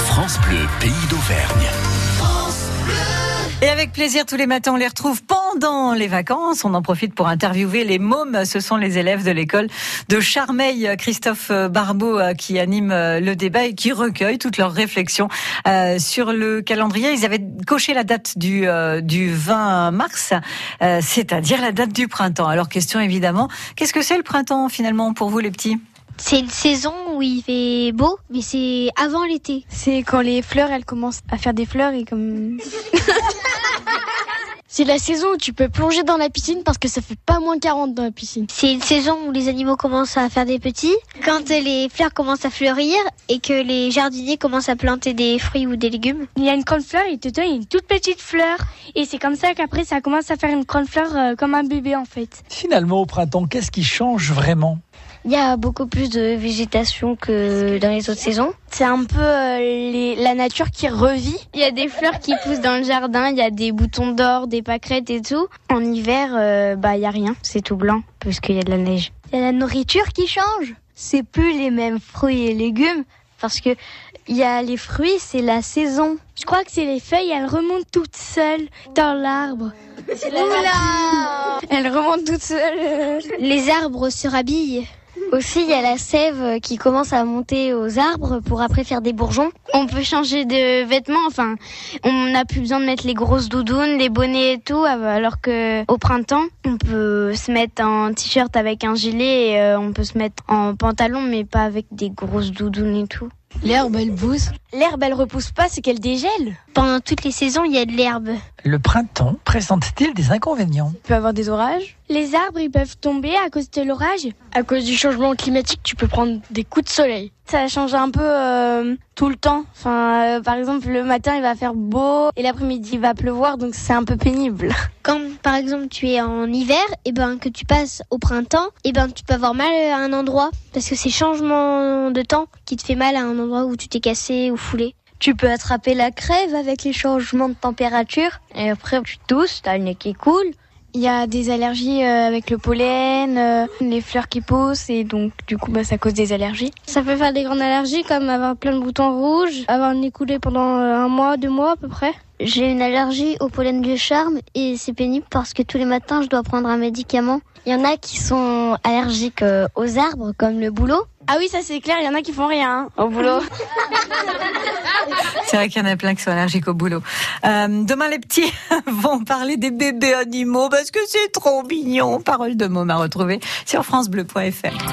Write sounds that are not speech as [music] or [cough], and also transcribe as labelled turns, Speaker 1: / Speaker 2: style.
Speaker 1: France Bleu, pays d'Auvergne.
Speaker 2: Et avec plaisir, tous les matins, on les retrouve pendant les vacances. On en profite pour interviewer les mômes. Ce sont les élèves de l'école de Charmeil, Christophe Barbeau, euh, qui anime euh, le débat et qui recueille toutes leurs réflexions euh, sur le calendrier. Ils avaient coché la date du, euh, du 20 mars, euh, c'est-à-dire la date du printemps. Alors, question évidemment, qu'est-ce que c'est le printemps finalement pour vous les petits
Speaker 3: C'est une saison où il fait beau, mais c'est avant l'été.
Speaker 4: C'est quand les fleurs, elles commencent à faire des fleurs et comme... [laughs] C'est la saison où tu peux plonger dans la piscine parce que ça fait pas moins 40 dans la piscine.
Speaker 3: C'est une saison où les animaux commencent à faire des petits. Quand les fleurs commencent à fleurir et que les jardiniers commencent à planter des fruits ou des légumes.
Speaker 5: Il y a une grande fleur et dedans il y a une toute petite fleur. Et c'est comme ça qu'après ça commence à faire une grande fleur euh, comme un bébé en fait.
Speaker 6: Finalement, au printemps, qu'est-ce qui change vraiment
Speaker 7: Il y a beaucoup plus de végétation que dans les autres saisons.
Speaker 4: C'est un peu euh, les- la nature qui revit.
Speaker 7: Il y a des fleurs qui poussent dans le jardin, il y a des boutons d'or, des pâquerettes et tout. En hiver, euh, bah il y a rien, c'est tout blanc parce qu'il y a de la neige.
Speaker 3: Il y a la nourriture qui change. C'est plus les mêmes fruits et légumes parce que il y a les fruits, c'est la saison.
Speaker 5: Je crois que c'est les feuilles, elles remontent toutes seules dans l'arbre.
Speaker 4: Elle remonte toute seule.
Speaker 3: Les arbres se rhabillent. Aussi, il y a la sève qui commence à monter aux arbres pour après faire des bourgeons.
Speaker 7: On peut changer de vêtements, enfin, on n'a plus besoin de mettre les grosses doudounes, les bonnets et tout, alors que au printemps, on peut se mettre en t-shirt avec un gilet, et, euh, on peut se mettre en pantalon, mais pas avec des grosses doudounes et tout.
Speaker 4: L'herbe, elle pousse. L'herbe, elle repousse pas, c'est qu'elle dégèle.
Speaker 3: Pendant toutes les saisons, il y a de l'herbe.
Speaker 6: Le printemps présente-t-il des inconvénients
Speaker 4: Il peut avoir des orages.
Speaker 5: Les arbres, ils peuvent tomber à cause de l'orage.
Speaker 4: À cause du changement climatique, tu peux prendre des coups de soleil. Ça change un peu euh, tout le temps. Enfin, euh, par exemple, le matin, il va faire beau et l'après-midi, il va pleuvoir, donc c'est un peu pénible.
Speaker 3: Quand, par exemple, tu es en hiver, et ben que tu passes au printemps, et ben tu peux avoir mal à un endroit parce que c'est changement de temps qui te fait mal à un endroit où tu t'es cassé ou foulé.
Speaker 7: Tu peux attraper la crève avec les changements de température. Et après, tu tousses, t'as le nez qui coule.
Speaker 4: Il y a des allergies euh, avec le pollen, euh, les fleurs qui poussent et donc du coup bah, ça cause des allergies.
Speaker 5: Ça peut faire des grandes allergies comme avoir plein de boutons rouges, avoir le nez coulé pendant euh, un mois, deux mois à peu près.
Speaker 3: J'ai une allergie au pollen de charme et c'est pénible parce que tous les matins je dois prendre un médicament. Il y en a qui sont allergiques euh, aux arbres comme le boulot.
Speaker 4: Ah oui ça c'est clair, il y en a qui font rien hein, au boulot.
Speaker 2: C'est vrai qu'il y en a plein qui sont allergiques au boulot. Euh, demain, les petits [laughs] vont parler des bébés animaux parce que c'est trop mignon. Parole de môme à retrouver sur FranceBleu.fr.